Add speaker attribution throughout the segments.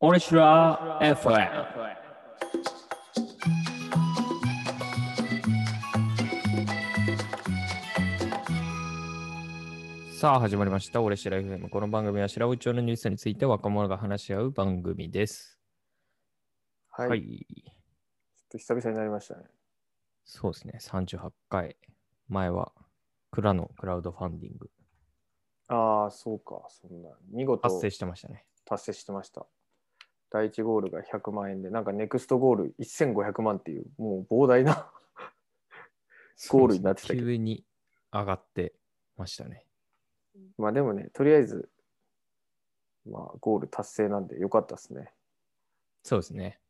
Speaker 1: オリシュラ FM。
Speaker 2: さあ始まりました「俺白 FM」この番組は白尾町のニュースについて若者が話し合う番組です
Speaker 3: は、
Speaker 2: はいい、
Speaker 3: ちょっと久々になりましたね。
Speaker 2: そうですね38回前は蔵のクラウドファンディング
Speaker 3: ああ、そうか、そんな。見事
Speaker 2: 達
Speaker 3: 達
Speaker 2: 成
Speaker 3: 成
Speaker 2: してましたね
Speaker 3: してました。第1ゴールが100万円で、なんかネクストゴール1500万っていう、もう膨 大なゴールになってたけど。
Speaker 2: 急に上がってましたね
Speaker 3: まあでもね、とりあえず、まあゴール達成なんでよかったですね。
Speaker 2: そうですね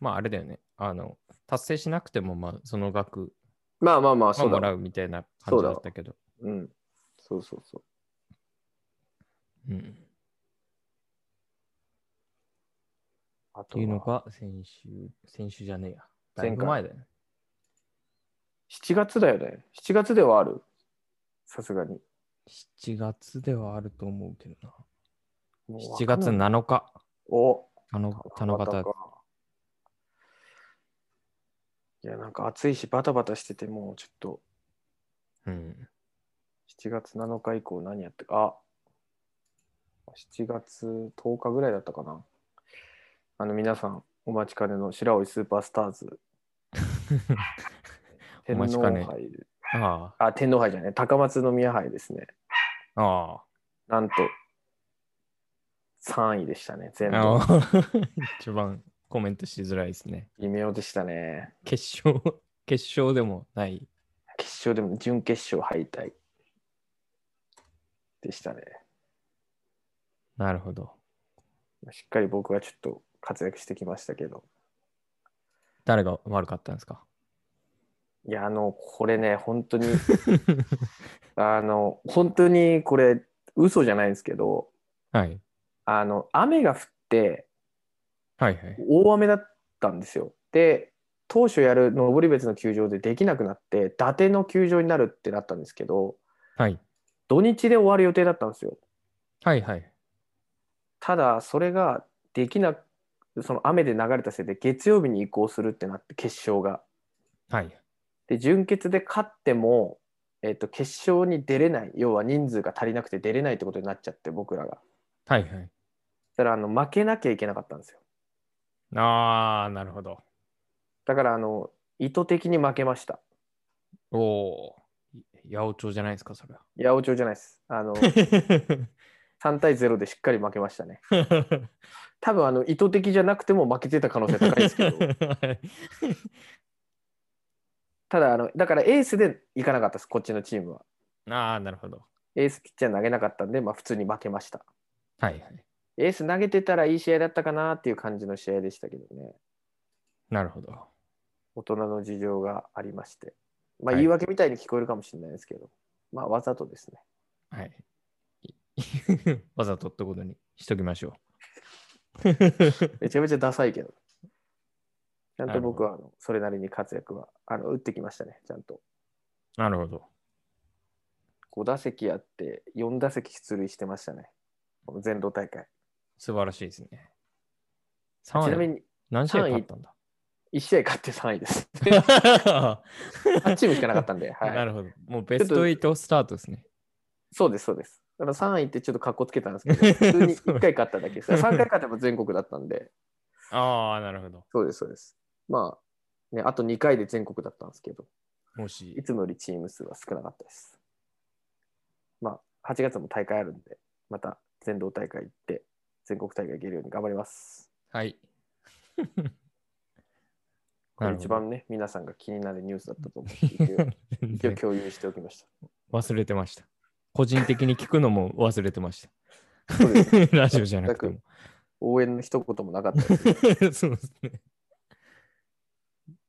Speaker 2: まああれだよねあの達成しなくてもまあその額
Speaker 3: まあまあまあ、
Speaker 2: まあ
Speaker 3: そう
Speaker 2: も
Speaker 3: だ。
Speaker 2: らうみたいな感じだったけど
Speaker 3: うん。そうそうそう。
Speaker 2: うん
Speaker 3: あ
Speaker 2: って
Speaker 3: と
Speaker 2: いうの
Speaker 3: は、
Speaker 2: が先週先週じゃねえやだい
Speaker 3: 前
Speaker 2: ぶ
Speaker 3: 回
Speaker 2: 前だよね
Speaker 3: 7月だよね。7月ではある。さすがに。
Speaker 2: 7月ではあると思うけどな
Speaker 3: もうわ
Speaker 2: 7
Speaker 3: かん
Speaker 2: 月
Speaker 3: ない。
Speaker 2: 7日、
Speaker 3: お
Speaker 2: あの、田の方、
Speaker 3: いや、なんか暑いし、バタバタしてて、もうちょっと、
Speaker 2: うん、
Speaker 3: 7月7日以降何やってあ、7月10日ぐらいだったかな。あの、皆さん、お待ちかねの白老スーパースターズ。
Speaker 2: お
Speaker 3: 天
Speaker 2: 待ち
Speaker 3: 皇
Speaker 2: かね
Speaker 3: 杯。
Speaker 2: あ
Speaker 3: あ、天皇杯じゃない。高松宮杯ですね。
Speaker 2: あ、あ
Speaker 3: なんと、3位でしたね。
Speaker 2: あ
Speaker 3: 全部。
Speaker 2: あ あ、一番コメントしづらいですね。
Speaker 3: 微妙でしたね。
Speaker 2: 決勝、 決勝でもない。
Speaker 3: 決勝でも準決勝敗退でしたね。
Speaker 2: なるほど。
Speaker 3: しっかり僕はちょっと活躍してきましたけど。
Speaker 2: 誰が悪かったんですか
Speaker 3: いや、あの、これね、本当に、あの、本当にこれ、嘘じゃないんですけど、
Speaker 2: はい。
Speaker 3: あの、雨が降って、
Speaker 2: はいはい。
Speaker 3: 大雨だったんですよ。で、当初やる登別の球場でできなくなって、伊達の球場になるってなったんですけど、
Speaker 2: はい。
Speaker 3: 土日で終わる予定だったんですよ。
Speaker 2: はいはい。
Speaker 3: ただそれができなその雨で流れたせいで月曜日に移行するってなって決勝が
Speaker 2: はい。
Speaker 3: で準決で勝っても、えっと決勝に出れない要は人数が足りなくて出れないってことになっちゃって僕らが
Speaker 2: はいはい。
Speaker 3: だからあの負けなきゃいけなかったんですよ
Speaker 2: ああ、なるほど。
Speaker 3: だからあの意図的に負けました
Speaker 2: おお。八百長じゃないですか、そ れは。
Speaker 3: 八百長じゃないですあの3対0でしっかり負けましたね多分あの意図的じゃなくても負けてた可能性高いです けどただあのだからエースでいかなかったですこっちのチームは
Speaker 2: ああ、なるほど。
Speaker 3: エースピッチャー投げなかったんで、まあ、普通に負けました
Speaker 2: はいはい。
Speaker 3: エース投げてたらいい試合だったかなっていう感じの試合でしたけどね、
Speaker 2: なるほど。
Speaker 3: 大人の事情がありまして、まあ、
Speaker 2: はい
Speaker 3: 言い訳みたいに聞こえるかもしれないですけど、まあ、わざとですね。
Speaker 2: はい。 いわざとってことにしときましょう。
Speaker 3: めちゃめちゃダサいけど、ちゃん
Speaker 2: な
Speaker 3: と
Speaker 2: るほど
Speaker 3: 僕はあのそれなりに活躍はあの打ってきましたね、ちゃんと。
Speaker 2: なるほど。
Speaker 3: 5打席やって、4打席出塁してましたね、この全道大会。
Speaker 2: 素晴らしいですね。
Speaker 3: ちな
Speaker 2: 3
Speaker 3: み
Speaker 2: 位
Speaker 3: に
Speaker 2: 何試合
Speaker 3: 三位
Speaker 2: 勝ったんだ
Speaker 3: 1試合勝って3位です。8チームしかなかったんで、
Speaker 2: な
Speaker 3: はい、
Speaker 2: るほど。もうベスト8スタートですね。
Speaker 3: そうです、そうです。だから3位ってちょっとかっこつけたんですけど、普 通に1回勝っただけです。3回勝てば全国だったんで。
Speaker 2: ああ、なるほど。
Speaker 3: そうです、そうです。まあ、ね、あと2回で全国だったんですけど、
Speaker 2: も
Speaker 3: い
Speaker 2: し、
Speaker 3: つもよりチーム数は少なかったです。まあ、8月も大会あるんで、また全道大会行って、全国大会行けるように頑張ります。
Speaker 2: はい。
Speaker 3: これ一番ね、皆さんが気になるニュースだったと思って、一 応
Speaker 2: 全
Speaker 3: 一応
Speaker 2: 然
Speaker 3: 共有しておきまし
Speaker 2: 忘れてました。個人的に聞くのも忘れてました。
Speaker 3: た。そうで す。
Speaker 2: ラジオじゃなくても。
Speaker 3: 応援の一言もなかったで す。
Speaker 2: そうですね。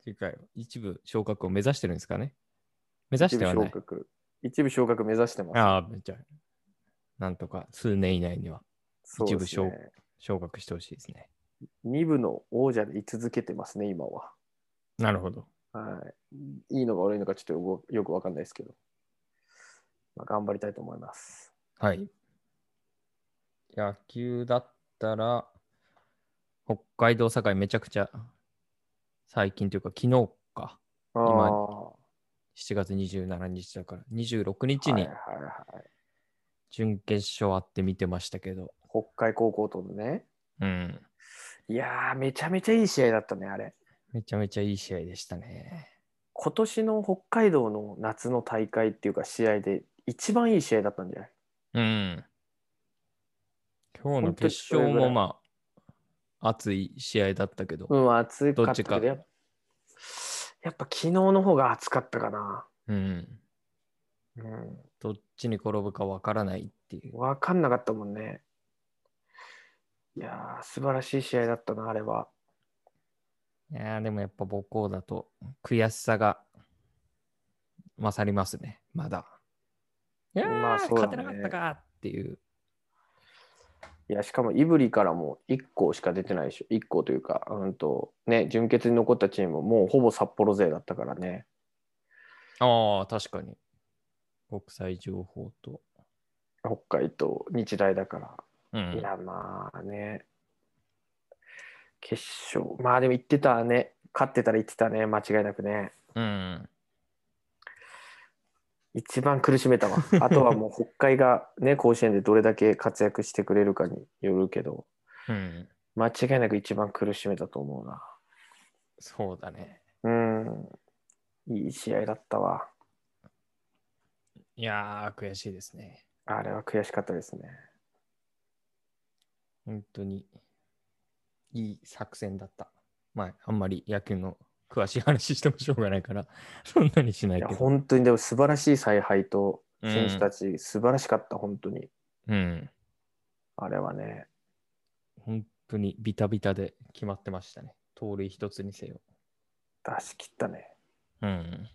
Speaker 2: 次回は一部昇格を目指してるんですかね目指し
Speaker 3: 一
Speaker 2: て
Speaker 3: 部
Speaker 2: はな
Speaker 3: 昇
Speaker 2: い。
Speaker 3: 格。一部昇格目指してます。
Speaker 2: ああ、じゃあ、なんとか数年以内には
Speaker 3: そうです
Speaker 2: 一
Speaker 3: ね、
Speaker 2: 部昇昇格してほしいですね。
Speaker 3: 2部の王者で居続けてますね、今は。
Speaker 2: なるほど。
Speaker 3: はい。いいのが悪いのかちょっとよくよくわかんないですけど、まあ、頑張りたいと思います。
Speaker 2: はい。野球だっったら、北海道境めちゃくちゃ最近というか昨日か、
Speaker 3: あ
Speaker 2: 今
Speaker 3: あ。
Speaker 2: 7月27日だから、26日
Speaker 3: はいはい
Speaker 2: に
Speaker 3: はい。
Speaker 2: 準決勝あって見てましたけど、
Speaker 3: 北海高校とのね。
Speaker 2: うん、
Speaker 3: いやー、めちゃめちゃいい試合だったね、あれ。
Speaker 2: めちゃめちゃいい試合でしたね。
Speaker 3: 今年の北海道の夏の大会っていうか試合で一番いい試合だったんじゃない
Speaker 2: うん。今日の
Speaker 3: 本当に
Speaker 2: 決
Speaker 3: それ
Speaker 2: 勝
Speaker 3: ぐらい
Speaker 2: もまあ、熱い試合だったけど、
Speaker 3: うん、暑
Speaker 2: ど
Speaker 3: かったけ
Speaker 2: っ
Speaker 3: ど
Speaker 2: ちか
Speaker 3: やっぱやっぱ昨日の方が暑かったかな。
Speaker 2: うん、
Speaker 3: うん。
Speaker 2: どっちに転ぶかわからないっていう。
Speaker 3: わかんなかったもんね。いやー、素晴らしい試合だったな、あれは。
Speaker 2: いやーでもやっぱ母校だと悔しさが勝りますね、まだ。いやー、
Speaker 3: まあそうだ
Speaker 2: 勝て
Speaker 3: ね
Speaker 2: なかったかっていう。
Speaker 3: いや、しかもイブリからも1校しか出てないでしょ。1校というか、うんと、ね、準決に残ったチームももうほぼ札幌勢だったからね。
Speaker 2: ああ、確かに。国際情報と。
Speaker 3: 北海と日大だから。
Speaker 2: うん
Speaker 3: いや、まあね。決勝。まあでも言ってたね。勝ってたら言ってたね。間違いなくね。
Speaker 2: うん。
Speaker 3: 一番苦しめた わ。あとはもう北海がね、甲子園でどれだけ活躍してくれるかによるけど、
Speaker 2: うん。
Speaker 3: 間違いなく一番苦しめたと思うな。
Speaker 2: そうだね。
Speaker 3: うん。いい試合だったわ。
Speaker 2: いやー、悔しいですね。
Speaker 3: あれは悔しかったですね。
Speaker 2: 本当に、いい作戦だった。まあ、あんまり野球の詳しい話してもしょうがないから、 そんなにしないい
Speaker 3: や、
Speaker 2: けど。
Speaker 3: 本当にでも素晴らしい采配と、選手たち素晴らしかった、本当に。
Speaker 2: うん。
Speaker 3: あれはね。
Speaker 2: 本当にビタビタで決まってましたね。盗塁一つにせよ。
Speaker 3: 出し切ったね。
Speaker 2: うん。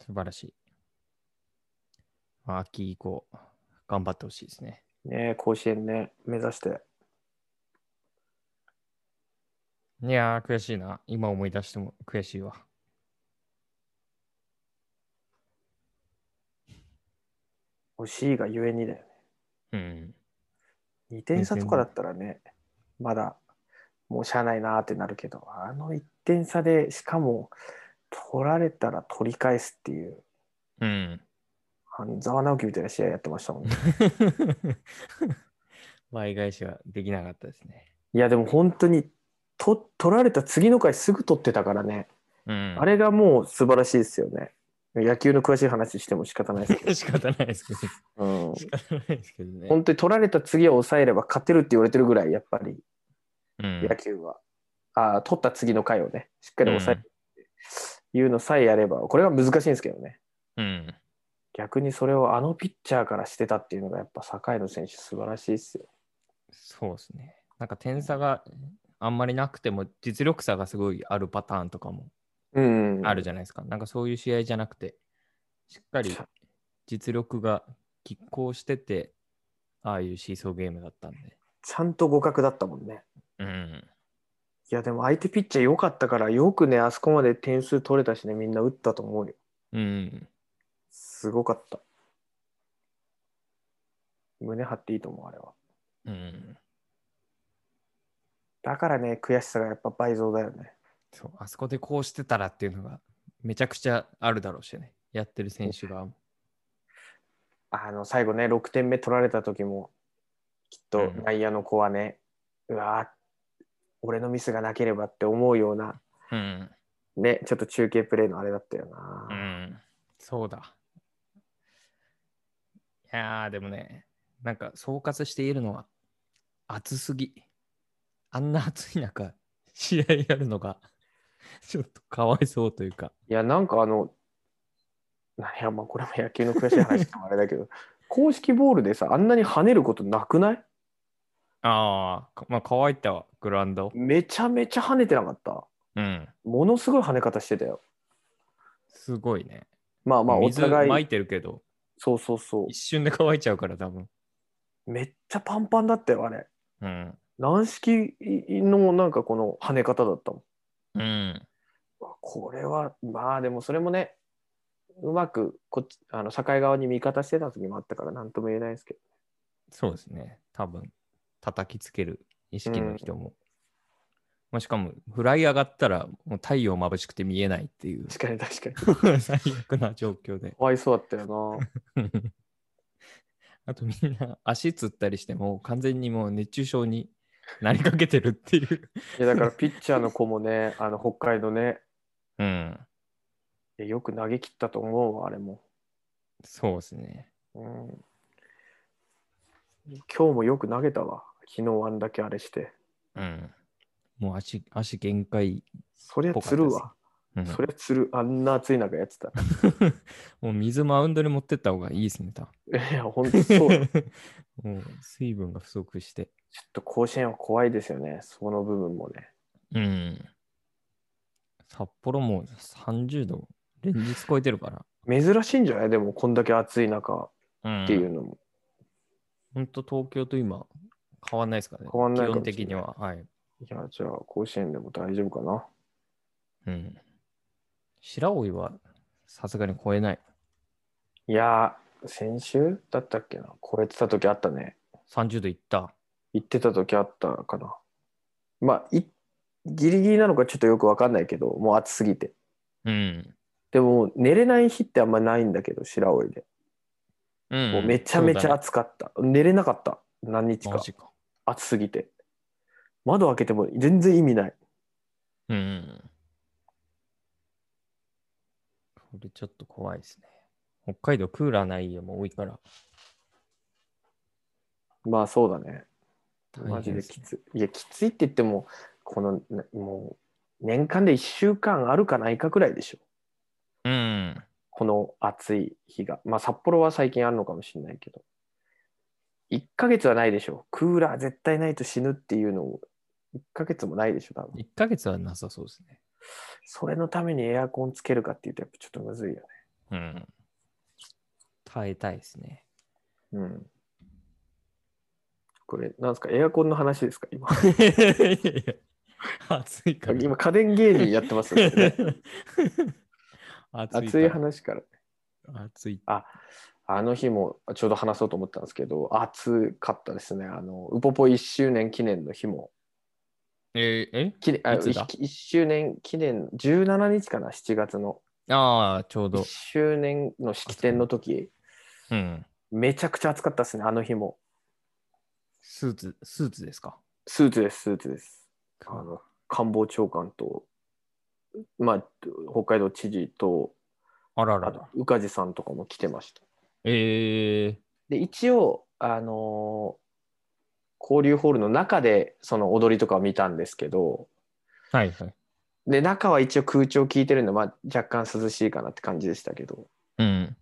Speaker 2: 素晴らしい。まあ秋以降、頑張ってほしいですね。
Speaker 3: ね甲子園ね、目指して。
Speaker 2: いやー、悔しいな。今思い出しても悔しいわ。
Speaker 3: 惜しいがゆえにだよ
Speaker 2: うん。
Speaker 3: ね。2点差とかだったらね、まだもうしゃあないなーってなるけど、あの1点差で、しかも取られたら取り返すっていう、
Speaker 2: うん。
Speaker 3: 半沢直樹みたいな試合やってましたもんね。
Speaker 2: 倍返しはできなかったですね。
Speaker 3: いや、でも本当にと取られた次の回すぐ取ってたからね、
Speaker 2: うん
Speaker 3: あれがもう素晴らしいですよね。野球の詳しい話しても仕方ないですけど
Speaker 2: 仕方ないですけど。
Speaker 3: うん、
Speaker 2: 仕方ないですけどね。
Speaker 3: 本当に取られた次を抑えれば勝てるって言われてるぐらい、やっぱり
Speaker 2: うん
Speaker 3: 野球は、あー取った次の回をね、しっかり抑えるっていうのさえやれば、これが難しいんですけどね、
Speaker 2: うん。
Speaker 3: 逆にそれをあのピッチャーからしてたっていうのが、やっぱ堺野選手、素晴らしいですよ。
Speaker 2: そうですね。なんか点差があんまりなくても実力差がすごいあるパターンとかも
Speaker 3: うん、
Speaker 2: あるじゃないですか。なんかそういう試合じゃなくて、しっかり実力が拮抗してて、ああいうシーソーゲームだったんで。
Speaker 3: ちゃんと互角だったもんね。
Speaker 2: うん。
Speaker 3: いや、でも相手ピッチャー良かったから、よくね、あそこまで点数取れたしね、みんな打ったと思うよ。
Speaker 2: うん。
Speaker 3: すごかった。胸張っていいと思う、あれは。
Speaker 2: うん。
Speaker 3: だからね、悔しさがやっぱ倍増だよね。
Speaker 2: そう、あそこでこうしてたらっていうのがめちゃくちゃあるだろうしね。やってる選手が。
Speaker 3: あの最後ね6点目取られた時もきっと
Speaker 2: うん
Speaker 3: 内野の子はね、うわー俺のミスがなければって思うような
Speaker 2: うん。
Speaker 3: ねちょっと中継プレーのあれだったよな、
Speaker 2: うん、そうだ。いやー、でもね、なんか総括しているのは、暑すぎ。あんな暑い中、試合やるのが、ちょっとかわいそうというか。
Speaker 3: いやなんかあのないやまあこれも野球の悔しい話かもあれだけど 公式ボールでさあんなに跳ねることなくない
Speaker 2: ああ、まあ乾いたわ、グラウンド。
Speaker 3: めちゃめちゃ跳ねてなかった
Speaker 2: うん。
Speaker 3: ものすごい跳ね方してたよ
Speaker 2: すごいね。
Speaker 3: まあまあお
Speaker 2: 水
Speaker 3: 互
Speaker 2: 撒
Speaker 3: い
Speaker 2: いてるけど、
Speaker 3: そうそうそ
Speaker 2: 一瞬で乾いちゃうから、多分。
Speaker 3: うめっちゃパンパンだったよあれ
Speaker 2: うん。
Speaker 3: 軟式のなんかこの跳ね方だったも
Speaker 2: う
Speaker 3: ん
Speaker 2: ん。
Speaker 3: わこれはまあでもそれもねうまくこっちあの境側に味方してた時もあったから何とも言えないですけど
Speaker 2: そうですね。多分、叩きつける意識の人も。まあ、しかも、フライ上がったら、もう太陽眩しくて見えないっていう、
Speaker 3: 確かに確かに。
Speaker 2: 最悪な状況で。
Speaker 3: かわいそうだったよ
Speaker 2: あとみんな足つったりしても完全にもう熱中症になりかけてるっていう。
Speaker 3: な。いやだからピッチャーの子もね、あの北海道ね、
Speaker 2: うん。
Speaker 3: いやよく投げ切ったと思うわ、あれも。
Speaker 2: そうですね。
Speaker 3: うん、今日もよく投げたわ。昨日あんだけあれして。
Speaker 2: うん。もう足、足限界。
Speaker 3: そりゃつるわ。
Speaker 2: うん、
Speaker 3: そりゃつる。あんな暑い中やってたら。
Speaker 2: もう水マウンドに持ってった方がいいですね、多
Speaker 3: いや、本当 そう。ちょっ
Speaker 2: 分もう水分が不足して。
Speaker 3: と甲子園は怖いですよね。その部分もね。
Speaker 2: うん。札幌も30度連日超えてるから。
Speaker 3: 珍しいんじゃないでも、こんだけ暑い中
Speaker 2: うん
Speaker 3: っていうのも。
Speaker 2: 本当東京と今変わんないですからね。
Speaker 3: 変わんないか
Speaker 2: 基
Speaker 3: も
Speaker 2: 本
Speaker 3: し
Speaker 2: 的
Speaker 3: れない
Speaker 2: には。はい。
Speaker 3: いや、じゃあ甲子園でも大丈夫かな。
Speaker 2: うん。白老はさすがに超えない。
Speaker 3: いやー、先週だったっけな。超えてた時あったね。
Speaker 2: 30度いった。
Speaker 3: 行ってた時あったかな。まあ、いギリギリなのかちょっとよくわかんないけど、もう暑すぎて。
Speaker 2: うん。
Speaker 3: でももう寝れない日ってあんまないんだけど、白老で。
Speaker 2: うん
Speaker 3: もうめちゃめちゃ暑かった。寝れなかった。何日
Speaker 2: そうだねマ
Speaker 3: か。
Speaker 2: ジか。
Speaker 3: 暑すぎて。窓開けても全然意味ない。
Speaker 2: うん。これちょっと怖いですね。北海道クーラーない家も多いから。
Speaker 3: まあそうだね。
Speaker 2: 大変
Speaker 3: マジですき
Speaker 2: ね
Speaker 3: つい。いや、きついって言っても、この、なもう、年間で1週間あるかないかくらいでしょ。
Speaker 2: うん。
Speaker 3: この暑い日が。まあ、札幌は最近あるのかもしれないけど。1ヶ月はないでしょ。クーラー絶対ないと死ぬっていうのを、1ヶ月もないでしょ、多分。
Speaker 2: 1ヶ月はなさそうですね。
Speaker 3: それのためにエアコンつけるかっていうと、やっぱちょっとむずいよね。
Speaker 2: うん。耐えたいですね。
Speaker 3: うん。これ、なんですか、エアコンの話ですか、今。
Speaker 2: いやいや暑いから。
Speaker 3: 今、家電芸人やってますよね。
Speaker 2: 暑い
Speaker 3: 熱い話から。
Speaker 2: から。暑い。
Speaker 3: あの日もちょうど話そうと思ったんですけど、暑かったですね。あの、ウポポ1周年記念の日も、
Speaker 2: えーえ
Speaker 3: きれあ
Speaker 2: いつだ
Speaker 3: 1, 周年記念、17日かな、7月の。
Speaker 2: ああ、ちょう
Speaker 3: 1
Speaker 2: ど。
Speaker 3: 周年の式典の時、
Speaker 2: うん。
Speaker 3: めちゃくちゃ暑かったですね、あの日も。
Speaker 2: スーツ、スーツですか。
Speaker 3: スーツです、スーツです。あの官房長官と、まあ、北海道知事と、
Speaker 2: あら
Speaker 3: あ
Speaker 2: ら
Speaker 3: と
Speaker 2: ら。、
Speaker 3: 宇梶さんとかも来てました。
Speaker 2: ええ
Speaker 3: で、一応、あのー交流ホールの中で、その踊りとかを見たんですけど、
Speaker 2: はいはい。
Speaker 3: で、中は一応空調効いてるんで、まあ、若干涼しいかなって感じでしたけど、
Speaker 2: うん。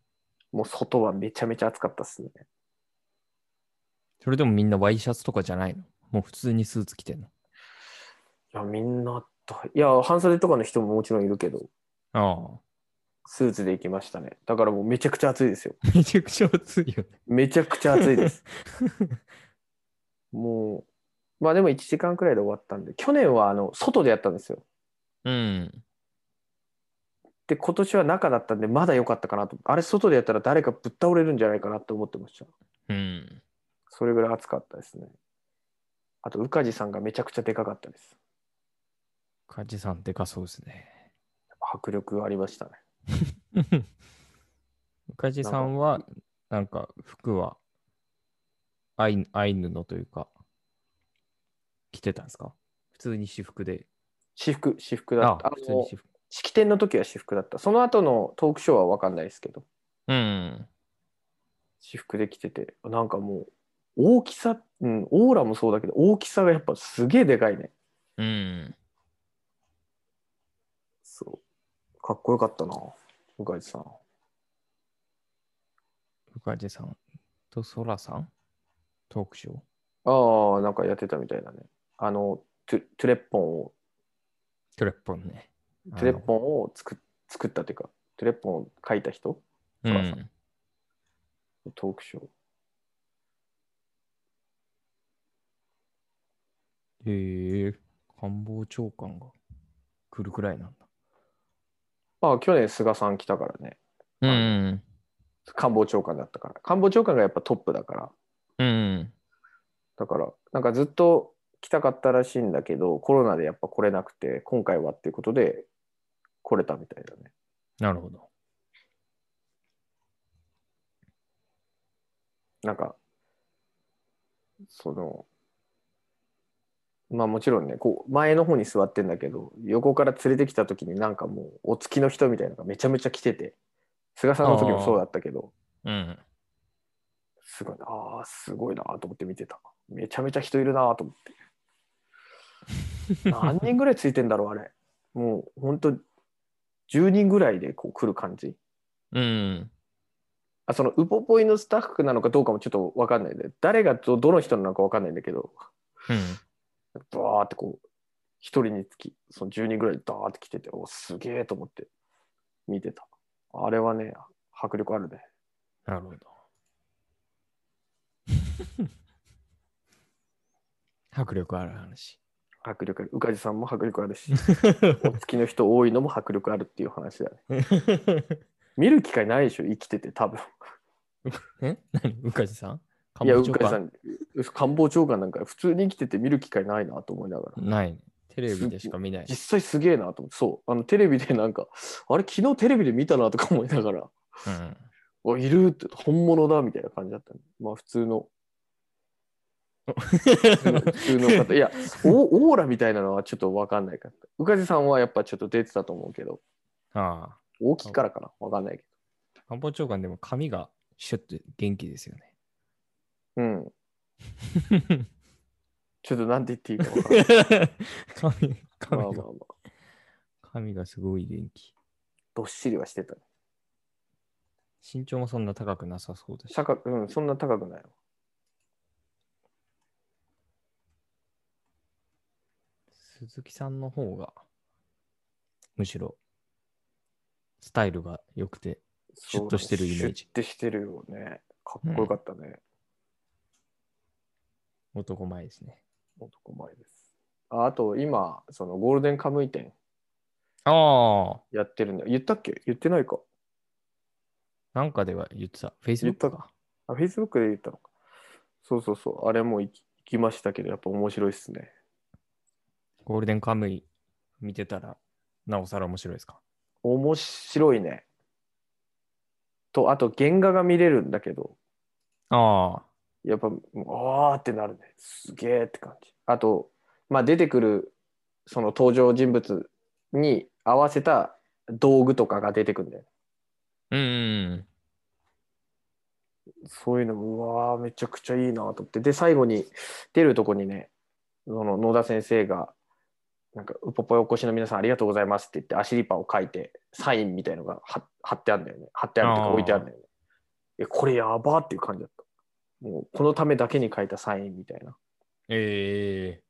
Speaker 3: もう外はめちゃめちゃ暑かったっすね。
Speaker 2: それでもみんなワイシャツとかじゃないのもう普通にスーツ着てんの。
Speaker 3: いや、みんな大、いや、半袖とかの人ももちろんいるけど、
Speaker 2: あ
Speaker 3: スーツで行きましたね。だからもうめちゃくちゃ暑いですよ。
Speaker 2: あ。めちゃくちゃ暑いよね。
Speaker 3: めちゃくちゃ暑い です。もう、まあでも1時間くらいで終わったんで、去年はあの外でやったんですよ。
Speaker 2: うん。
Speaker 3: で、今年は中だったんで、まだ良かったかなと。あれ、外でやったら誰かぶっ倒れるんじゃないかなって思ってました。
Speaker 2: うん。
Speaker 3: それぐらい暑かったですね。あと、宇梶さんがめちゃくちゃでかかったです。
Speaker 2: カジさんでかそうですね。
Speaker 3: 迫力ありましたね。
Speaker 2: カジさんは、なんか服はアイ、アイヌのというか、着てたんですか普通に私服で。
Speaker 3: 私服、私服だ
Speaker 2: あ
Speaker 3: った。
Speaker 2: あ
Speaker 3: あ
Speaker 2: 普通に
Speaker 3: の
Speaker 2: 私服。
Speaker 3: 式典の時は私服だった。その後のトークショーは分かんないですけど、
Speaker 2: うん。
Speaker 3: 私服で来てて、なんかもう、大きさ、うん、オーラもそうだけど、大きさがやっぱすげえでかいね。
Speaker 2: うん。
Speaker 3: そう。かっこよかったな、向井さん。
Speaker 2: 宇梶さんとソラさんトークショー。
Speaker 3: ああ、なんかやってたみたいだね。あの、トゥトゥレッポンを、
Speaker 2: トレッポンね。
Speaker 3: トゥレッポンを作っ作ったというか、トゥレッポンを書いた人
Speaker 2: う
Speaker 3: ソラさ
Speaker 2: ん。
Speaker 3: トークショー。
Speaker 2: へえ官房長官が来るくらいなんだ。
Speaker 3: まあ、去年菅さん来たからね。
Speaker 2: うん。
Speaker 3: 官房長官だったから。官房長官がやっぱトップだか
Speaker 2: う
Speaker 3: ら、
Speaker 2: ん。
Speaker 3: だから、なんかずっと来たかったらしいんだけど、コロナでやっぱ来れなくて、今回はっていうことで来れたみたいだね。
Speaker 2: なるほど。
Speaker 3: なんか、その、まあもちろんね、こう前の方に座ってんだけど、横から連れてきた時になんかもうお付きの人みたいなのがめちゃめちゃ来てて、菅さんの時もそうだったけど、
Speaker 2: うん。
Speaker 3: すごいな、あーすごいなと思って見てた。めちゃめちゃ人いるなと思って。何人ぐらいついてんだろう、あれ。もう本当10人ぐらいでこう来る感じ。
Speaker 2: うん。
Speaker 3: あそのウポポイのスタッフなのかどうかもちょっと分かんないんで、誰がどどの人なのか分かんないんだけど、
Speaker 2: うん。
Speaker 3: ドワーってこう、一人につき、その10人ぐらいダーって来てて、おすげえと思って見てた。あれはね、迫力あるね。
Speaker 2: なるほ ど。迫力ある 話。
Speaker 3: 迫力ある。宇梶さんも迫力あ るし、お付きの人多いのも迫力あるっていう話だね。見る機会ないでしょ、生きてて、多分。
Speaker 2: え何うかじさん
Speaker 3: いや、宇
Speaker 2: 官房長
Speaker 3: 梶
Speaker 2: 官
Speaker 3: さん、官房長官なんか普通に生きてて見る機会ないなと思いながら。
Speaker 2: ないね。テレビでしか見ない
Speaker 3: 実。際すげえなと思って、そう、あのテレビでなんか、あれ、昨日テレビで見たなとか思いながら、
Speaker 2: うん。
Speaker 3: おいるって、本物だみたいな感じだった、ね、まあ、普通の、 普通の方、いやお、オーラみたいなのはちょっと分かんないから、宇梶さんはやっぱちょっと出てたと思うけど、
Speaker 2: ああ。
Speaker 3: 大きいからかな、分かんないけ
Speaker 2: 官房長官でも髪がシュッと元気ですよ
Speaker 3: ど、うん、
Speaker 2: ね。。
Speaker 3: ちょっとなんて言っていいか分からない
Speaker 2: 髪髪
Speaker 3: まあまあま
Speaker 2: が
Speaker 3: あ、
Speaker 2: 髪がすごい元気。
Speaker 3: どっしりはしてた、ね
Speaker 2: 身長もそんな高くなさそうだし。
Speaker 3: 高く、うん、そんな高くないわ。
Speaker 2: 鈴木さんの方が、むしろ、スタイルが良くて、シュッとしてるイメージ
Speaker 3: そうシュッとしてるよね。かっこよかったね。
Speaker 2: 男前ですね。
Speaker 3: 男前です。ああと、今、そのゴールデンカムイ店
Speaker 2: ああ、
Speaker 3: やってるんだよ。言ったっけ言ってないか。
Speaker 2: なんかでは言ってた。
Speaker 3: 言っ
Speaker 2: Facebook
Speaker 3: た
Speaker 2: か。
Speaker 3: あ、Facebook で言ったのか。そうそうそう。あれも行き行きましたけど、やっぱ面白いっすね。
Speaker 2: ゴールデンカムイ見てたら、なおさら面白いですか。
Speaker 3: 面白いね。と、あと、原画が見れるんだけど、
Speaker 2: ああ、
Speaker 3: やっぱ、あーってなるね。すげーって感じ。あと、まあ、出てくる、その登場人物に合わせた道具とかが出てくるんだよね。
Speaker 2: うんうん
Speaker 3: そういうの、うわー、めちゃくちゃいいなと思って。で、最後に出るとこにね、その野田先生が、なんか、ウポポイお越しの皆さんありがとうございますって言って、アシリパを書いて、サインみたいのが貼貼ってあるんだよね。貼ってあるとか
Speaker 2: あー
Speaker 3: 置いてあるんだよね。え、これやばーっていう感じだった。もう、このためだけに書いたサインみたいな。
Speaker 2: うん。え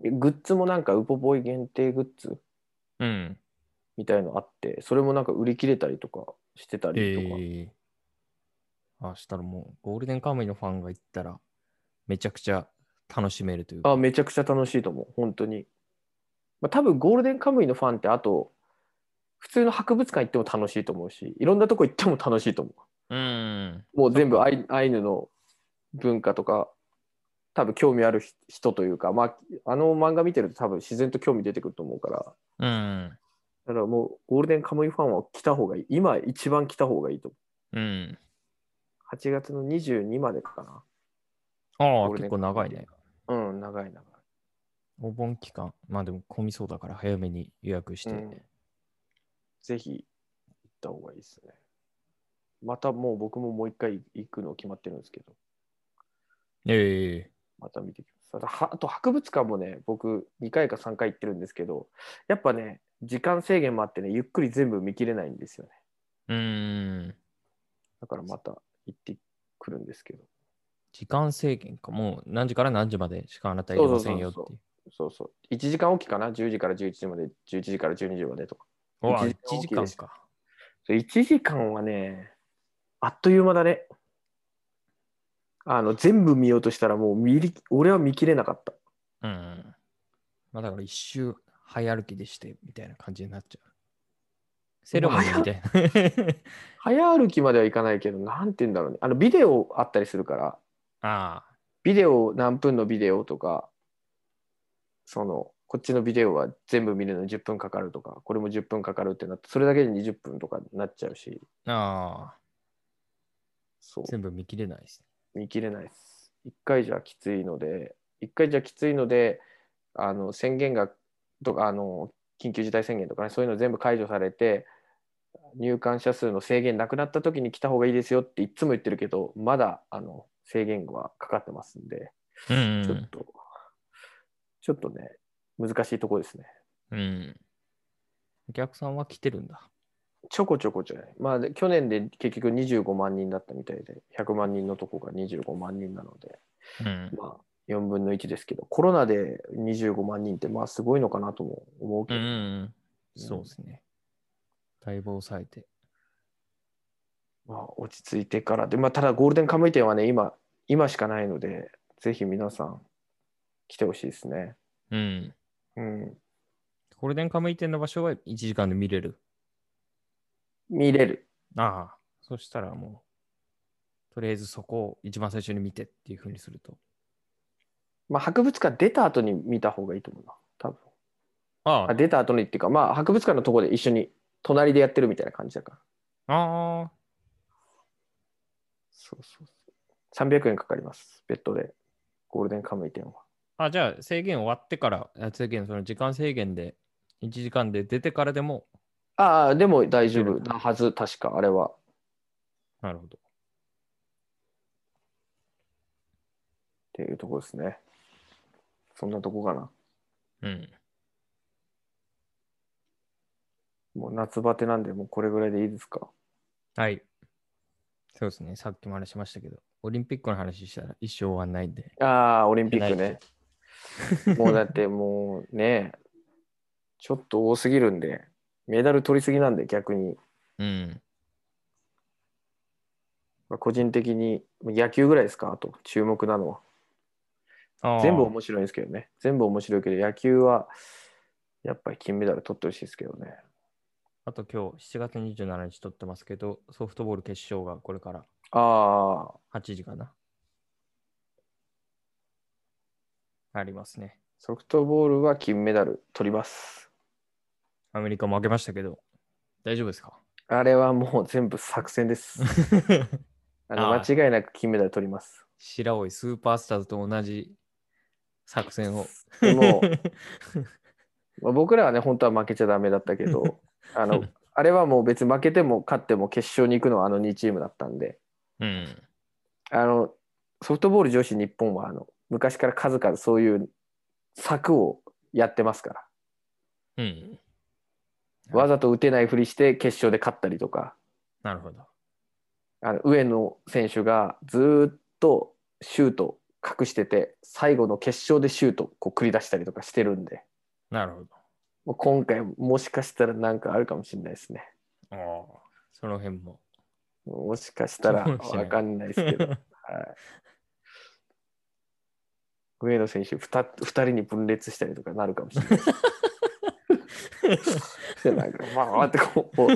Speaker 2: え
Speaker 3: えグッズもなんか、ウポポイ限定グッズ
Speaker 2: うん。
Speaker 3: みたいのあって、それもなんか売り切れたりとかしてたりとか。
Speaker 2: ええあ、したらもう、ゴールデンカムイのファンが行ったら、めちゃくちゃ楽しめるというか。
Speaker 3: あめちゃくちゃ楽しいと思う、本当に。まあ、多分ゴールデンカムイのファンって、あと、普通の博物館行っても楽しいと思うし、いろんなとこ行っても楽しいと思
Speaker 2: うん。
Speaker 3: う。もう全部アイアイヌの文化とか、多分興味あるひ人というか、まあ、あの漫画見てると多分自然と興味出てくると思うから、
Speaker 2: うん。
Speaker 3: だからもうゴールデンカムイファンは来た方がいい。今一番来た方がいいと思
Speaker 2: うん。
Speaker 3: う。8月の22までか
Speaker 2: ああ、
Speaker 3: ゴールデ
Speaker 2: 結
Speaker 3: ン
Speaker 2: 構長いね。
Speaker 3: な。うん、長い長い。
Speaker 2: お盆期間。まあでも混みそうだから早めに予約して。
Speaker 3: うんぜひ行った方がいいですね。またもう僕ももう一回行くの決まってるんですけど、
Speaker 2: ええ
Speaker 3: また見てきます。あとはあと博物館もね、僕2回か3回行ってるんですけど、やっぱね、時間制限もあってね、ゆっくり全部見切れないんですよね。
Speaker 2: うん。
Speaker 3: だからまた行ってくるんですけど、
Speaker 2: 時間制限か。もう何時から何時までしかあなたいりませんよってい
Speaker 3: そうう。そうそう、1時間おきかな、10時から11時まで、11時から12時までとか。
Speaker 2: うわ、1
Speaker 3: 1
Speaker 2: 時
Speaker 3: 時
Speaker 2: 間
Speaker 3: 間大きいです
Speaker 2: か。
Speaker 3: それ1時間はね、あっという間だね。あの全部見ようとしたらもう見り俺は見切れなかっ
Speaker 2: う
Speaker 3: た。
Speaker 2: ん。まあだから一周早歩きでしてみたいな感じになっちゃう。セレモニーみたいな。
Speaker 3: 早歩きまではいかないけど、なんて言うんだろうね。あの、ビデオあったりするから、
Speaker 2: ああ。
Speaker 3: ビデオ何分のビデオとかそのこっちのビデオは全部見るのに10分かかるとかこれも10分かかるってなってそれだけで20分とかになっちゃうし
Speaker 2: ああ、
Speaker 3: そう
Speaker 2: 全部見切れないですね。
Speaker 3: 見切れないです。一回じゃきついので、一回じゃきついので、あの宣言がとかあの緊急事態宣言とかね、そういうの全部解除されて、入館者数の制限なくなった時に来た方がいいですよっていつも言ってるけど、まだあの制限はかかってますんで、
Speaker 2: うん
Speaker 3: ちょっと、ちょっとね、難しいとこですね。
Speaker 2: うん、うん。お客さんは来てるんだ。
Speaker 3: ちょこちょこじゃない。まあ、で去年で結局25万人だったみたいで、100万人のとこが25万人なので、
Speaker 2: うん。
Speaker 3: まあ、4分の1ですけど、コロナで25万人って、まあ、すごいのかなとも思う
Speaker 2: う
Speaker 3: け
Speaker 2: ん
Speaker 3: ど、
Speaker 2: うん、そうですね。だいぶ抑えて。
Speaker 3: まあ、落ち着いてからで、まあ、ただ、ゴールデンカムイ展はね、今、今しかないので、ぜひ皆さん、来てほしいですね。
Speaker 2: うん。
Speaker 3: うん。
Speaker 2: ゴールデンカムイ店の場所は1時間で見れる。
Speaker 3: 見れる。
Speaker 2: ああ、そしたらもう、とりあえずそこを一番最初に見てっていうふうにすると。
Speaker 3: まあ、博物館出た後に見た方がいいと思うな、多分。
Speaker 2: あ
Speaker 3: あ出た後にっていうか、まあ、博物館のとこで一緒に、隣でやってるみたいな感じだから。
Speaker 2: あ
Speaker 3: そうそうそう。300円かかります、別途で、ゴールデンカムイ展は。
Speaker 2: あ。あ、じゃあ制限終わってから、あ制限、その時間制限で、1時間で出てからでも、
Speaker 3: ああ、でも大丈夫なはず、確か、あれは。
Speaker 2: なるほど。
Speaker 3: っていうとこですね。そんなとこかな。
Speaker 2: うん。
Speaker 3: もう夏バテなんで、もうこれぐらいでいいですか。
Speaker 2: はい。そうですね。さっきも話しましたけど、オリンピックの話したら一生終わんないんで。
Speaker 3: ああ、オリンピックね。もうだってもうね、ちょっと多すぎるんで、メダル取りすぎなんで逆に、
Speaker 2: うん。
Speaker 3: まあ個人的に野球ぐらいですか、あと注目なのは。
Speaker 2: ああ
Speaker 3: 全部面白いんですけどね。全部面白いけど、野球はやっぱり金メダル取ってほしいですけどね。
Speaker 2: あと今日7月27日撮ってますけど、ソフトボール決勝がこれから
Speaker 3: ああ、
Speaker 2: 8時かな。ありますね。
Speaker 3: ソフトボールは金メダル取ります。
Speaker 2: アメリカ負けましたけど、大丈夫 ですか
Speaker 3: あれはもう全部作戦です。あの
Speaker 2: あー
Speaker 3: 間違いなく金メダル取 ります。
Speaker 2: 白老スーパースターズと同じ作戦を。
Speaker 3: でも、まあ僕らはね、本当は負けちゃダメだった けど、あの、あれはもう別に負けても勝っても決勝に行くのはあの2チームだったんで、
Speaker 2: うん。
Speaker 3: あの、ソフトボール女子日本はあの昔から数々そういう策をやってますから、
Speaker 2: うん。
Speaker 3: わざと打てないふりして決勝で勝ったりとか、
Speaker 2: なるほど。
Speaker 3: あの上野選手がずーっとシュート隠してて、最後の決勝でシュートこう繰り出したりとかしてるんで、
Speaker 2: なるほど。
Speaker 3: もう今回もしかしたらなんかあるかもしれないですね。
Speaker 2: ああその辺も。
Speaker 3: もしかしたら
Speaker 2: そうかもしれない
Speaker 3: わかんないですけ ど、はい、上野選手 2, 人に分裂したりとかなるかもしれないで す。でなんか、わーってこう、こ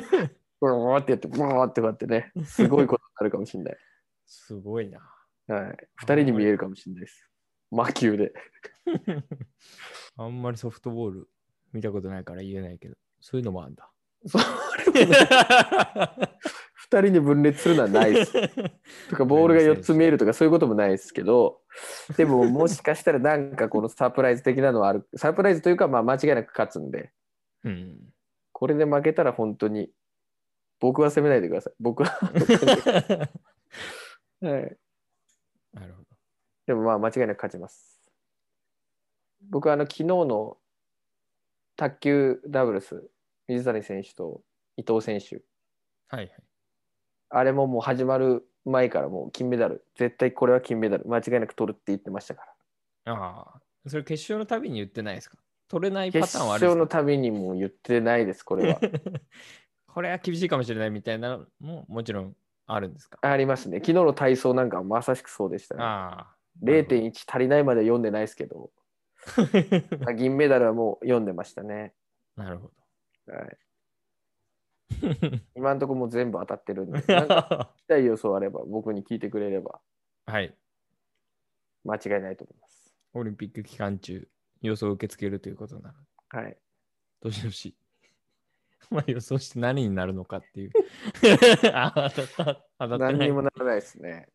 Speaker 3: うわーってやって、わーってこうやってね、すごいことになるかもしれない。
Speaker 2: すご いな。
Speaker 3: はい、2人に見えるかもしれないです。魔球で。
Speaker 2: あんまりソフトボール見たことないから言えないけど、そういうのもあるんだ。
Speaker 3: 2人に分裂するのはな いです。とか、ボールが4つ見えるとか、そういうこともないですけど、でも、もしかしたらなんかこのサプライズ的なのはある、サプライズというか、まあ、間違いなく勝つんで、
Speaker 2: うん。
Speaker 3: これで負けたら本当に、僕は責めないでください。僕は。はい
Speaker 2: なるほど。
Speaker 3: でも、まあ、間違いなく勝ちます。僕は、あの、昨日の卓球ダブルス、水谷選手と伊藤選手、
Speaker 2: はいはい。
Speaker 3: あれももう始まる前からもう金メダル、絶対これは金メダル、間違いなく取るって言ってましたから。
Speaker 2: ああ、それ決勝のたびに言ってないですか取れないパ
Speaker 3: 決
Speaker 2: ターンはあるんで
Speaker 3: 勝
Speaker 2: すか
Speaker 3: のためにも言ってないです、これは。
Speaker 2: これは厳しいかもしれないみたいなのももちろんあるんですか
Speaker 3: ありますね。昨日の体操なんかはまさしくそうでしたね。
Speaker 2: ああ。
Speaker 3: 0.1足りないまで読んでないですけど、あ銀メダルはもう読んでましたね。
Speaker 2: なるほ
Speaker 3: はい、
Speaker 2: ど。
Speaker 3: 今のところもう全部当た ってるんで、なんか
Speaker 2: は
Speaker 3: 聞きたい予想あれば、僕に聞いてくれれば、
Speaker 2: い。
Speaker 3: 間違いないと思います。
Speaker 2: オリンピック期間中、予想を受け付けるということなら、
Speaker 3: はい。
Speaker 2: どしどし。 まあ予想して何になるのかっていう。 あ当たった。当たって
Speaker 3: 何
Speaker 2: な
Speaker 3: に
Speaker 2: い。
Speaker 3: もならないですね。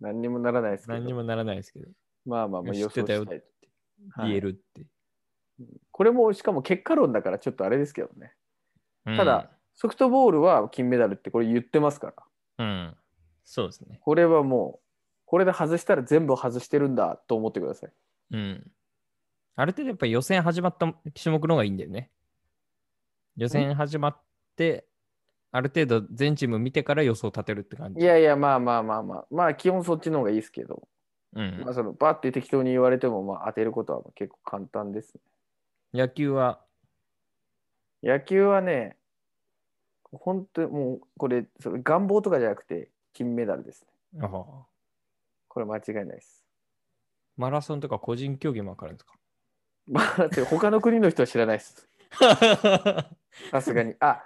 Speaker 3: 何にもならないですけど。
Speaker 2: 何にもならないですけど、
Speaker 3: まあまあまあ予
Speaker 2: 知
Speaker 3: 想
Speaker 2: ってたよ
Speaker 3: したいはい
Speaker 2: 言えるって。
Speaker 3: これもしかも結果論だからちょっとあれですけどね。
Speaker 2: うん
Speaker 3: ただ、、ソフトボールは金メダルってこれ言ってますから。
Speaker 2: うん。そうですね。
Speaker 3: これはもう、これで外したら全部外してるんだと思ってください。
Speaker 2: うん。ある程度やっぱ予選始まった種目の方がいいんだよね。予選始まって、ある程度全チーム見てから予想立てるって感じ。
Speaker 3: いやいや、まあまあまあまあ。まあ基本そっちの方がいいですけど、
Speaker 2: うん
Speaker 3: まあ、そのバッて適当に言われてもまあ当てることは結構簡単ですね。
Speaker 2: 野球は、
Speaker 3: 野球はね、本当にもうこれ、それ願望とかじゃなくて金メダルですね。
Speaker 2: ああ
Speaker 3: これ間違いないです。
Speaker 2: マラソンとか個人競技もわかるんです か
Speaker 3: まあ、だって他の国の人は知らな いです。さすがに。あ、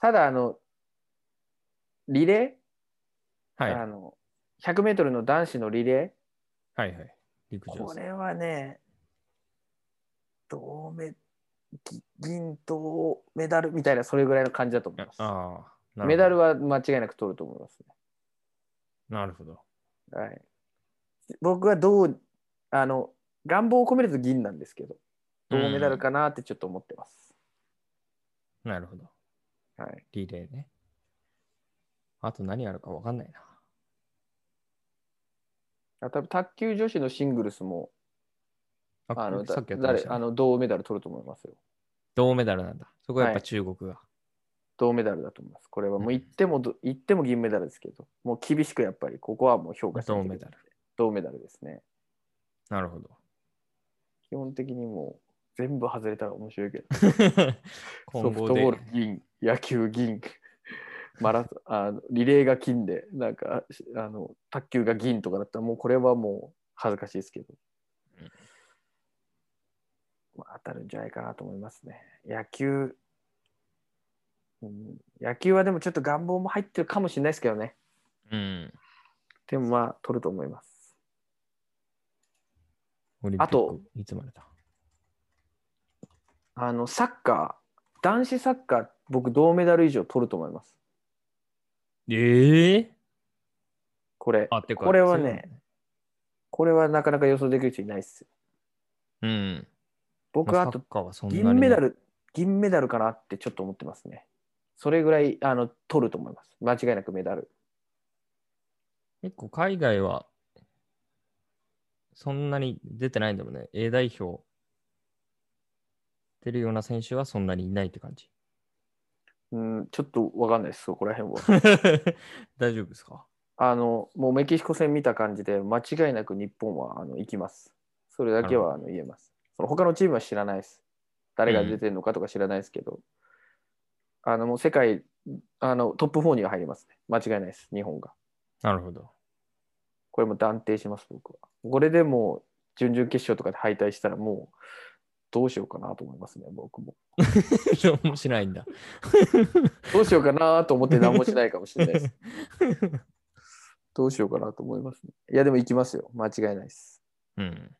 Speaker 3: ただ、あの、リレー、
Speaker 2: はい。
Speaker 3: あ
Speaker 2: はい
Speaker 3: の、100メートルの男子のリレ
Speaker 2: はい。陸
Speaker 3: ー、
Speaker 2: 上
Speaker 3: こ
Speaker 2: です。
Speaker 3: れはね、銅メ、ぎ銀銅メダルみたいな、それぐらいの感じだと思います。
Speaker 2: ああなるほど
Speaker 3: メダルは間違いなく取ると思います
Speaker 2: なるほど。
Speaker 3: ね。はい。僕は銅、あの、願望を込めると銀なんですけど、銅メダルかなってちょっと思ってます。
Speaker 2: なるほど。
Speaker 3: はい。
Speaker 2: リレーね。あと何あるかわかんないな。
Speaker 3: あ多分卓球女子のシングルスも、
Speaker 2: あ
Speaker 3: あの、
Speaker 2: さっきやってま
Speaker 3: 誰
Speaker 2: した、
Speaker 3: あ
Speaker 2: ね。
Speaker 3: の銅メダル取ると思いますよ。
Speaker 2: 銅メダルなんだ。そこはやっぱ
Speaker 3: はい
Speaker 2: 中国が。
Speaker 3: 銅メダルだと思います。これは
Speaker 2: う
Speaker 3: もうん言ってもど、言っても銀メダルですけど、もう厳しくやっぱりここはもう評価され
Speaker 2: 銅
Speaker 3: てる
Speaker 2: メダル。
Speaker 3: 銅メダルですね。
Speaker 2: なるほ ど。
Speaker 3: 基本的にもう全部外れたら面白いけど、ソ
Speaker 2: 今
Speaker 3: フ
Speaker 2: 後
Speaker 3: ト
Speaker 2: で
Speaker 3: ボール銀、野球 銀、マラソンあのリレーが金で、なんかしあの卓球が銀とかだったらもうこれはもう恥ずかしいですけど
Speaker 2: うん。
Speaker 3: まあ、当たるんじゃないかなと思いますね。野球、うん、野球はでもちょっと願望も入ってるかもしれないですけどね。
Speaker 2: うん。
Speaker 3: でもまあ、取ると思います。
Speaker 2: オリンピック
Speaker 3: あと、
Speaker 2: いつまでだ
Speaker 3: あの、サッカー、男子サッカー、僕、銅メダル以上取ると思います。
Speaker 2: ええ
Speaker 3: これ、
Speaker 2: あ、てか。
Speaker 3: これは
Speaker 2: そう
Speaker 3: ねこれはなかなか予想できる人いないです。
Speaker 2: なんだね。うん。
Speaker 3: 僕
Speaker 2: まあ
Speaker 3: はあ
Speaker 2: サ
Speaker 3: と
Speaker 2: ッ、カーはそんなにね
Speaker 3: 銀メダ。ル、銀メダルかなってちょっと思ってますね。それぐらい、あの、取ると思います。間違いなくメダル。
Speaker 2: 結構海外は、そんなに出てないんだもんね。A 代表出るような選手はそんなにいないって感 じ。
Speaker 3: うん、ちょっとわかんないです、そこら辺 は。
Speaker 2: 大丈夫ですか
Speaker 3: あの、もうメキシコ戦見た感じで、間違いなく日本はあの行きます。それだけはあの言えます。その他のチームは知らないです。誰が出てるのかとか知らないですけど、あの、もう世界あのトップ4には入りますね。間違いないです、日本が。
Speaker 2: なるほ ど。
Speaker 3: これも断定します、僕は。これでもう、準々決勝とかで敗退したら、もう、どうしようかなと思いますね、僕も。
Speaker 2: そうもしないんだ。
Speaker 3: どうしようかなと思って何もしないかもしれないです。どうしようかなと思いますね。いや、でも行きますよ。間違いないです。
Speaker 2: うん。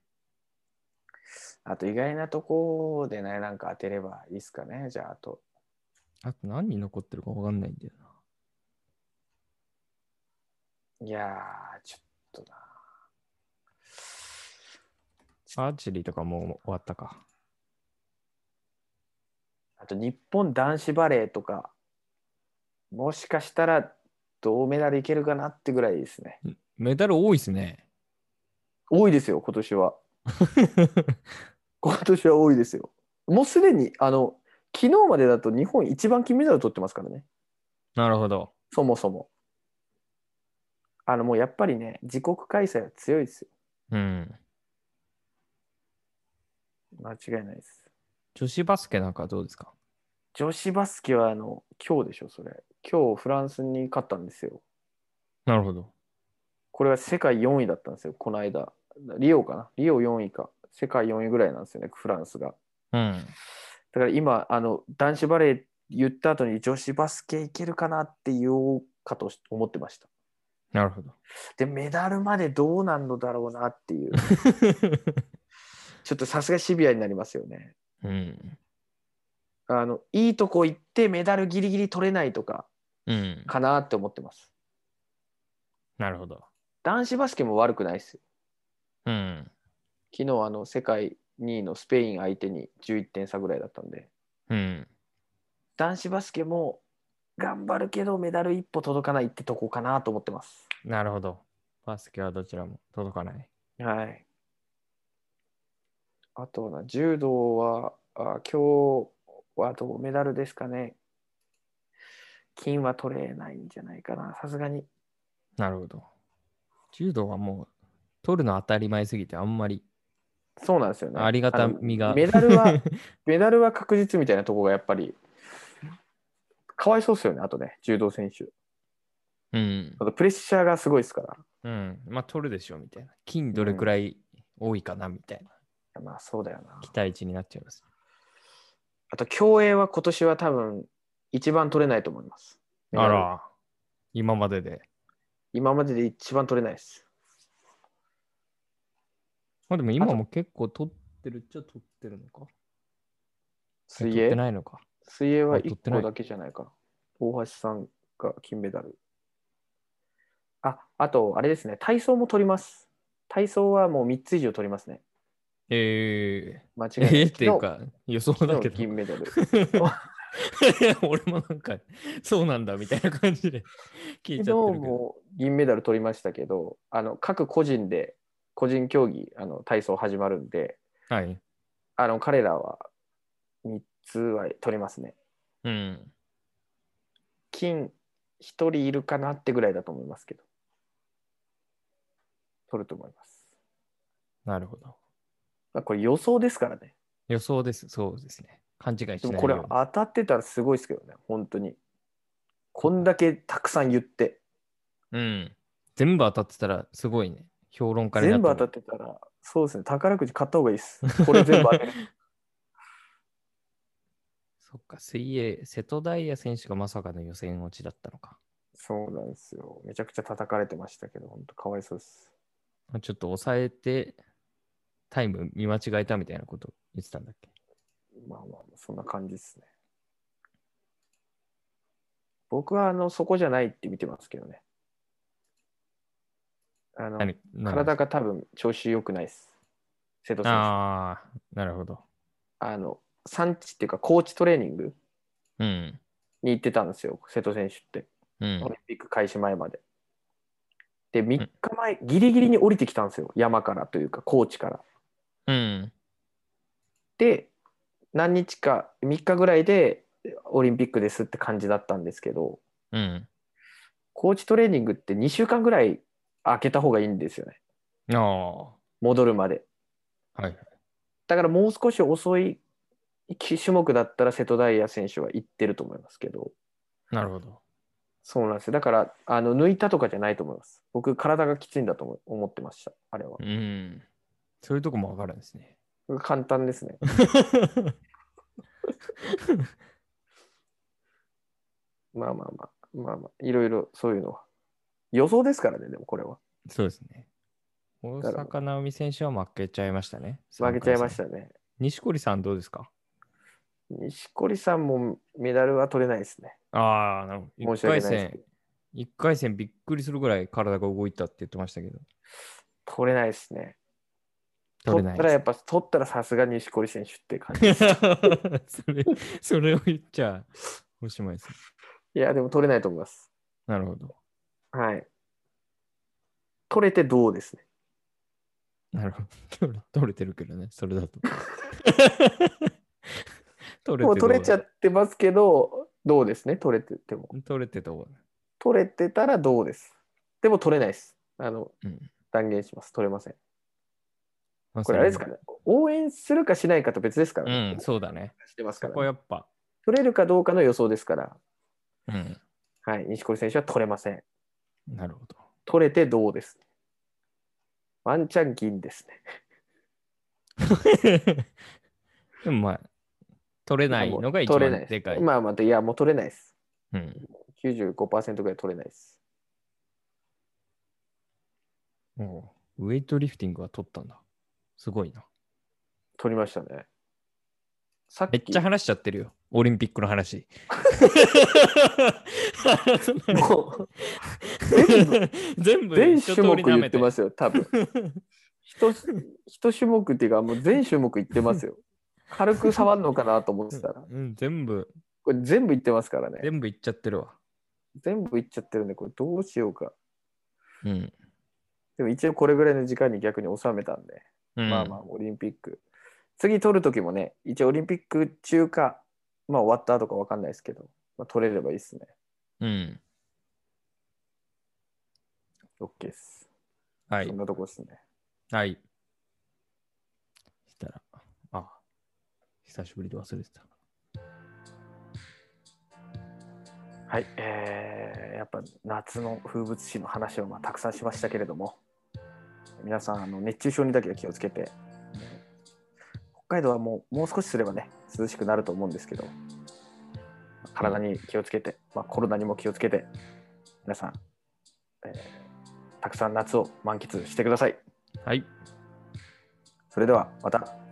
Speaker 3: あと意外なとこでね、なんか当てればいいですかね。じゃあ、あと。
Speaker 2: あと何人残ってるか分かんないんだよな。
Speaker 3: いやー、ちょっとな。
Speaker 2: アーチェリーとかもう終わったか。
Speaker 3: あと、日本男子バレーとか、もしかしたら銅メダルいけるかなってぐらいですね。
Speaker 2: メダル多いですね。
Speaker 3: 多いですよ、今年は。今年は多いですよ。もうすでに、あの、昨日までだと日本一番金メダル取ってますからね。
Speaker 2: なるほど。
Speaker 3: そもそも。あの、もうやっぱりね、自国開催は強いですよ。
Speaker 2: うん。
Speaker 3: 間違いないです。
Speaker 2: 女子バスケなんかどうですか
Speaker 3: 女子バスケはあの今日でしょそれ今日フランスに勝ったんですよ
Speaker 2: なるほど。
Speaker 3: これは世界4位だったんですよこの間リオかなリオ4位か世界4位ぐらいなんですよねフランスが
Speaker 2: う
Speaker 3: だ
Speaker 2: ん。
Speaker 3: から今あの男子バレー言った後に女子バスケいけるかなって言おうかと思ってました
Speaker 2: なるほ ど。
Speaker 3: で、メダルまでどうなんのだろうなっていう、ちょっとさすがシビアになりますよね。
Speaker 2: うん。
Speaker 3: あの、いいとこ行ってメダルギリギリ取れないとか
Speaker 2: うん。
Speaker 3: かなって思ってます。
Speaker 2: なるほど。
Speaker 3: 男子バスケも悪くないですよ。
Speaker 2: うん。
Speaker 3: 昨日、あの、世界2位のスペイン相手に11点差ぐらいだったんで、
Speaker 2: うん。
Speaker 3: 男子バスケも頑張るけどメダル一歩届かないってとこかなと思ってます。
Speaker 2: なるほど。バスケはどちらも届かない。
Speaker 3: はい。あとはな、柔道は、あ今日は銅メダルですかね。金は取れないんじゃないかな、さすがに。
Speaker 2: なるほど。柔道はもう、取るの当たり前すぎて、あんまり
Speaker 3: そうなんですよね。
Speaker 2: ありがたみ
Speaker 3: あ
Speaker 2: が。
Speaker 3: のメダル は、メダルは確実みたいなとこがやっぱり、かわいそうですよね、あとね、柔道選手。
Speaker 2: うん。
Speaker 3: あとプレッシャーがすごいですから。
Speaker 2: うん。まあ、取るでしょうみたいな。金どれくらい多いかなみたいな。
Speaker 3: まあそうだよな
Speaker 2: 期。待値になっちゃいます。
Speaker 3: あと、競泳は今年は多分、一番取れないと思います。メダ
Speaker 2: あ
Speaker 3: ル
Speaker 2: ら、今までで。
Speaker 3: 今までで一番取れないです。
Speaker 2: まあ、でも今も結構取ってるっちゃ取ってるのか。
Speaker 3: 水
Speaker 2: 取っ
Speaker 3: 泳
Speaker 2: てないのか。
Speaker 3: 水泳は
Speaker 2: あ取
Speaker 3: 1
Speaker 2: ってない
Speaker 3: 個だけじゃないかな。大橋さんが金メダル。あ、あと、あれですね、体操も取ります。体操はもう3つ以上取りますね。
Speaker 2: え
Speaker 3: 間違い
Speaker 2: ー、
Speaker 3: ない。
Speaker 2: えー、っていう
Speaker 3: 昨
Speaker 2: か、予想
Speaker 3: 日、
Speaker 2: だけ
Speaker 3: 昨
Speaker 2: ど。
Speaker 3: 日銀 メダル。
Speaker 2: 俺もなんか、そうなんだみたいな感じで 聞いちゃってるけ
Speaker 3: 昨日
Speaker 2: ど。
Speaker 3: も銀メダル取りましたけど、あの各個人で、個人競技、あの体操始まるんで、
Speaker 2: はい。
Speaker 3: あの彼らは3つは取りますね。
Speaker 2: うん。
Speaker 3: 金1人いるかなってぐらいだと思いますけど、取ると思います。
Speaker 2: なるほど。
Speaker 3: まあ、これ予想ですからね。
Speaker 2: 予想です。そうですね。勘違いし
Speaker 3: で
Speaker 2: ない
Speaker 3: も
Speaker 2: ように
Speaker 3: これ当たってたらすごいですけどね、本当に。こんだけたくさん言って、
Speaker 2: うん。全部当たってたらすごいね。評論家にな
Speaker 3: 全部当た
Speaker 2: っ
Speaker 3: っててたら、そうですね、宝くじ買った方がいいです。これ全部当てる。
Speaker 2: そっか、水泳、瀬戸大也選手がまさかの予選落ちだったのか。
Speaker 3: そうなんですよ。めちゃくちゃ叩かれてましたけど、本当かわいそうです。
Speaker 2: ちょっと抑えて、タイム見間違えたみたいなこと言ってたんだっけ。
Speaker 3: まあまあまあ、そんな感じですね。僕はあのそこじゃないって見てますけどね。あの
Speaker 2: 何何
Speaker 3: 体が多分調子良くないです。瀬戸選手。あ
Speaker 2: ああ、なるほど。
Speaker 3: の産地っていうか、コーチトレーニング
Speaker 2: うん。
Speaker 3: に行ってたんですよ、瀬戸選手って。
Speaker 2: うん
Speaker 3: オリン。ピック開始前まで。で、3日前、ギリギリに降りてきたんですよ、山からというか、高知から。
Speaker 2: うん。
Speaker 3: で、何日か、3日ぐらいでオリンピックですって感じだったんですけど、
Speaker 2: うん。
Speaker 3: 高知トレーニングって2週間ぐらい空けた方がいいんですよね、
Speaker 2: ああ。は
Speaker 3: 戻るまで。
Speaker 2: いはい。
Speaker 3: だからもう少し遅い種目だったら瀬戸大也選手は行ってると思いますけど、
Speaker 2: なるほど。
Speaker 3: そうなんですよ。だから、あの抜いたとかじゃないと思います。僕、体がきついんだと思思ってました、あれは
Speaker 2: う。ん。そういうとこもわかるんですね。
Speaker 3: 簡単ですね。まあまあまあ、まあまあ、いろいろそういうのは。予想ですからね、でもこれは。
Speaker 2: そうですね。大
Speaker 3: だから
Speaker 2: 坂なおみ選手は負けちゃいましたね。
Speaker 3: 負けちゃいまし
Speaker 2: 三冠戦。
Speaker 3: たね。
Speaker 2: 錦織さんどうですか
Speaker 3: 錦織さんもメダルは取れないですね。
Speaker 2: ああ、なるほど。1
Speaker 3: 申し訳
Speaker 2: 回
Speaker 3: ないですけ
Speaker 2: 戦
Speaker 3: ど、。
Speaker 2: 一回戦びっくりするぐらい体が動いたって言ってましたけど、
Speaker 3: 取れないですね。
Speaker 2: 取
Speaker 3: 取
Speaker 2: れ
Speaker 3: っ
Speaker 2: ない
Speaker 3: たらやっぱ、取ったらさすが錦織選手って感じ。
Speaker 2: です。 それ、それを言っちゃおしまいですね。
Speaker 3: いや、でも取れないと思います。
Speaker 2: なるほど。
Speaker 3: はい。取れてどうですね。
Speaker 2: なるほど。 取れ取れてるけどね、それだ と。取
Speaker 3: もう取れちゃ
Speaker 2: て
Speaker 3: ってますけど、どうですね、取れてても。
Speaker 2: どうだ。取れてどうだ
Speaker 3: 取れてたらどうです。でも取れないです。あの、
Speaker 2: うん
Speaker 3: 断言します。取れません。
Speaker 2: ま
Speaker 3: これあれですかね。応援するかしないかと別ですから
Speaker 2: それ
Speaker 3: ね。
Speaker 2: もうん、そうだね。
Speaker 3: してます
Speaker 2: そ
Speaker 3: から
Speaker 2: こはや
Speaker 3: ね、
Speaker 2: っぱ。
Speaker 3: 取れるかどうかの予想ですから、
Speaker 2: うん。
Speaker 3: はい、錦織選手は取れません。
Speaker 2: なるほ ど。
Speaker 3: 取れてどうです。ワンチャン銀ですね。
Speaker 2: でもまあ、取れないのが一
Speaker 3: 取れな
Speaker 2: 番
Speaker 3: いす
Speaker 2: でかい。
Speaker 3: まあまあ、いや、もう取れないです。
Speaker 2: うん、
Speaker 3: 95%ぐらい取れないです。
Speaker 2: おうウェイトリフティングは取ったんだ。すごいな。
Speaker 3: 取りましたね。さっき
Speaker 2: めっちゃ話しちゃってるよ。オリンピックの話。
Speaker 3: も 全
Speaker 2: 全
Speaker 3: う
Speaker 2: 部
Speaker 3: 全
Speaker 2: 一
Speaker 3: 種
Speaker 2: 通
Speaker 3: 目
Speaker 2: り舐
Speaker 3: 言
Speaker 2: め
Speaker 3: って
Speaker 2: て
Speaker 3: ますよ、多分。一つ一種目っていうか、もう全種目言ってますよ。軽く触るのかなと思ってたら。
Speaker 2: うん、全部、
Speaker 3: これ全部言ってますからね。
Speaker 2: 全部いっちゃってるわ。
Speaker 3: 全部言っちゃってるんで、これどうしようか。
Speaker 2: うん。
Speaker 3: でも一応これぐらいの時間に逆に収めたんで、まあまあ、オリンピック。次取る時もね、一応オリンピック中か、まあ終わった後か分かんないですけど、まあ、取れればいいですね。
Speaker 2: あ。うん。
Speaker 3: OK です。
Speaker 2: は
Speaker 3: そ
Speaker 2: い
Speaker 3: ん。なとこですね。
Speaker 2: はい。したら、あ、久しぶりで忘れてた。
Speaker 3: はい、えーやっぱ夏の風物詩の話をまあたくさんしましたけれども、皆さん、あの熱中症にだけは気をつけて、北海道はもうもう少しすればね、涼しくなると思うんですけど、体に気をつけて、まあ、コロナにも気をつけて、皆さん、えーたくさん夏を満喫してください。
Speaker 2: はい。
Speaker 3: それではまた。